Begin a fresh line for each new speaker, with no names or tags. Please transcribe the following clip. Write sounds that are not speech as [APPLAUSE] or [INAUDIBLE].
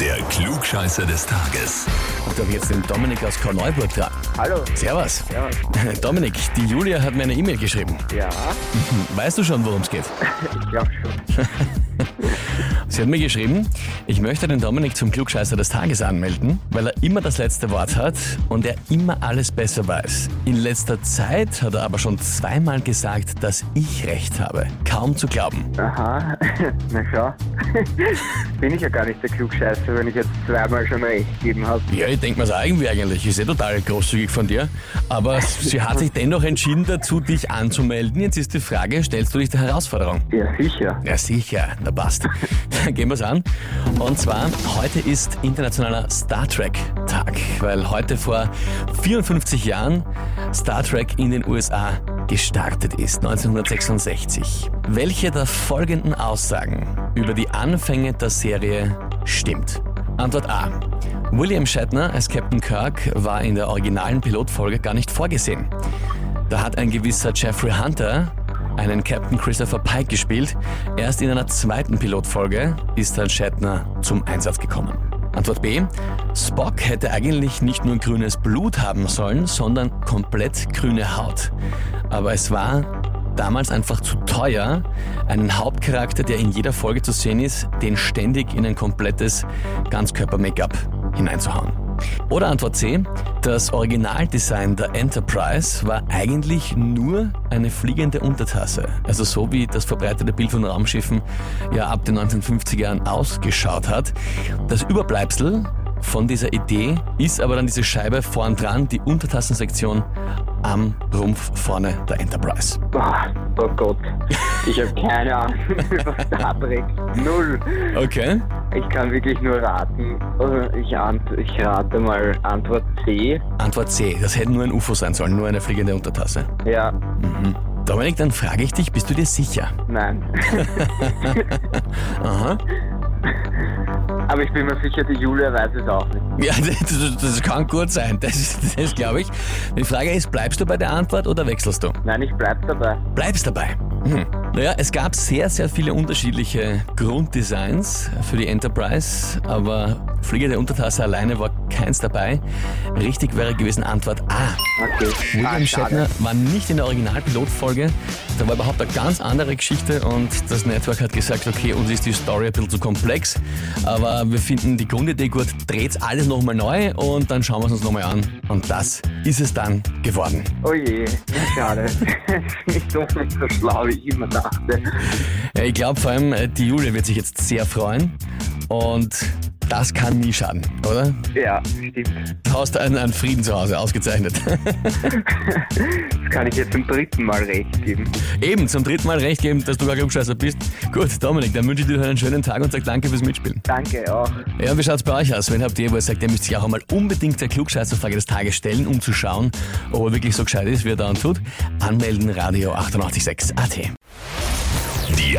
Der Klugscheißer des Tages.
Und da habe ich jetzt den Dominik aus Korneuburg dran.
Hallo.
Servus.
Ja,
[LAUGHS] Dominik, die Julia hat mir eine E-Mail geschrieben.
ja,
[LAUGHS] Weißt du schon, worum es geht?
ich glaube schon.
Sie hat mir geschrieben, ich möchte den Dominik zum Klugscheißer des Tages anmelden, weil er immer das letzte Wort hat und er immer alles besser weiß. In letzter Zeit hat er aber schon zweimal gesagt, dass ich recht habe. Kaum zu glauben.
Aha, [LAUGHS] na schau. Bin ich ja gar nicht der Klugscheißer, wenn ich jetzt zweimal schon mal recht gegeben habe.
Ja, ich denke mir das irgendwie eigentlich. Ist eh total großzügig von dir. Aber sie hat sich dennoch entschieden dazu, dich anzumelden. Jetzt ist die Frage, stellst du dich der Herausforderung?
Ja, sicher.
Ja, sicher, na passt. [LAUGHS] Dann gehen wir's an. Und zwar, heute ist internationaler Star Trek-Tag, weil heute vor 54 Jahren Star Trek in den USA gestartet ist, 1966. Welche der folgenden Aussagen über die Anfänge der Serie stimmt? Antwort A. William Shatner als Captain Kirk war in der originalen Pilotfolge gar nicht vorgesehen. Da hat ein gewisser Jeffrey Hunter einen Captain Christopher Pike gespielt. Erst in einer zweiten Pilotfolge ist dann Shatner zum Einsatz gekommen. Antwort B. Spock hätte eigentlich nicht nur grünes Blut haben sollen, sondern komplett grüne Haut. Aber es war damals einfach zu teuer, einen Hauptcharakter, der in jeder Folge zu sehen ist, den ständig in ein komplettes Ganzkörper-Make-up hineinzuhauen. Oder Antwort C, das Originaldesign der Enterprise war eigentlich nur eine fliegende Untertasse. Also so wie das verbreitete Bild von Raumschiffen ja ab den 1950er Jahren ausgeschaut hat. Das Überbleibsel von dieser Idee ist aber dann diese Scheibe vorn dran, die Untertassensektion am Rumpf vorne der Enterprise.
Boah, oh Gott. Ich habe keine Ahnung, [LAUGHS] was da trägt. Null.
Okay.
Ich kann wirklich nur raten. Also Ich, ant ich rate mal Antwort C.
Antwort C, das hätte nur ein UFO sein sollen, nur eine fliegende Untertasse.
Ja,
Dominik, dann frage ich dich, bist du dir sicher?
nein. [LAUGHS]
Aha.
Aber ich bin mir sicher, die Julia weiß es auch nicht.
Ja, [LAUGHS] das, das kann gut sein, das, das glaube ich. Die Frage ist, bleibst du bei der Antwort oder wechselst du?
Nein, ich bleib dabei.
Bleibst dabei. Hm. Naja, es gab sehr, sehr viele unterschiedliche Grunddesigns für die Enterprise, aber Flieger der Untertasse alleine war keins dabei. Richtig wäre gewesen Antwort A.
Okay.
William
Ah, schade.
Shatner war nicht in der Originalpilotfolge, da war überhaupt eine ganz andere Geschichte und das Network hat gesagt, okay, uns ist die Story ein bisschen zu komplex, aber wir finden die Grundidee gut, dreht's alles nochmal neu und dann schauen wir es uns nochmal an. Und das ist es dann geworden.
Oh je, schade. [LAUGHS] ich doch nicht so schlau, wie ich immer dachte.
Ja, Ich glaube vor allem, äh, die Julia wird sich jetzt sehr freuen und das kann nie schaden, oder?
Ja, stimmt.
Du hast einen, einen Frieden zu Hause, ausgezeichnet. [LAUGHS]
Das kann ich jetzt zum dritten Mal recht geben.
Eben, zum dritten Mal recht geben, dass du gar Klugscheißer bist. Gut, Dominik, dann wünsche ich dir noch einen schönen Tag und sag danke fürs Mitspielen.
Danke auch.
Ja, wie schaut's bei euch aus? Wen habt ihr, wo ihr sagt, ihr müsst sich auch einmal unbedingt der Klugscheißerfrage des Tages stellen, um zu schauen, ob er wirklich so gescheit ist, wie er da und tut? Anmelden, Radio 886 AT.
Die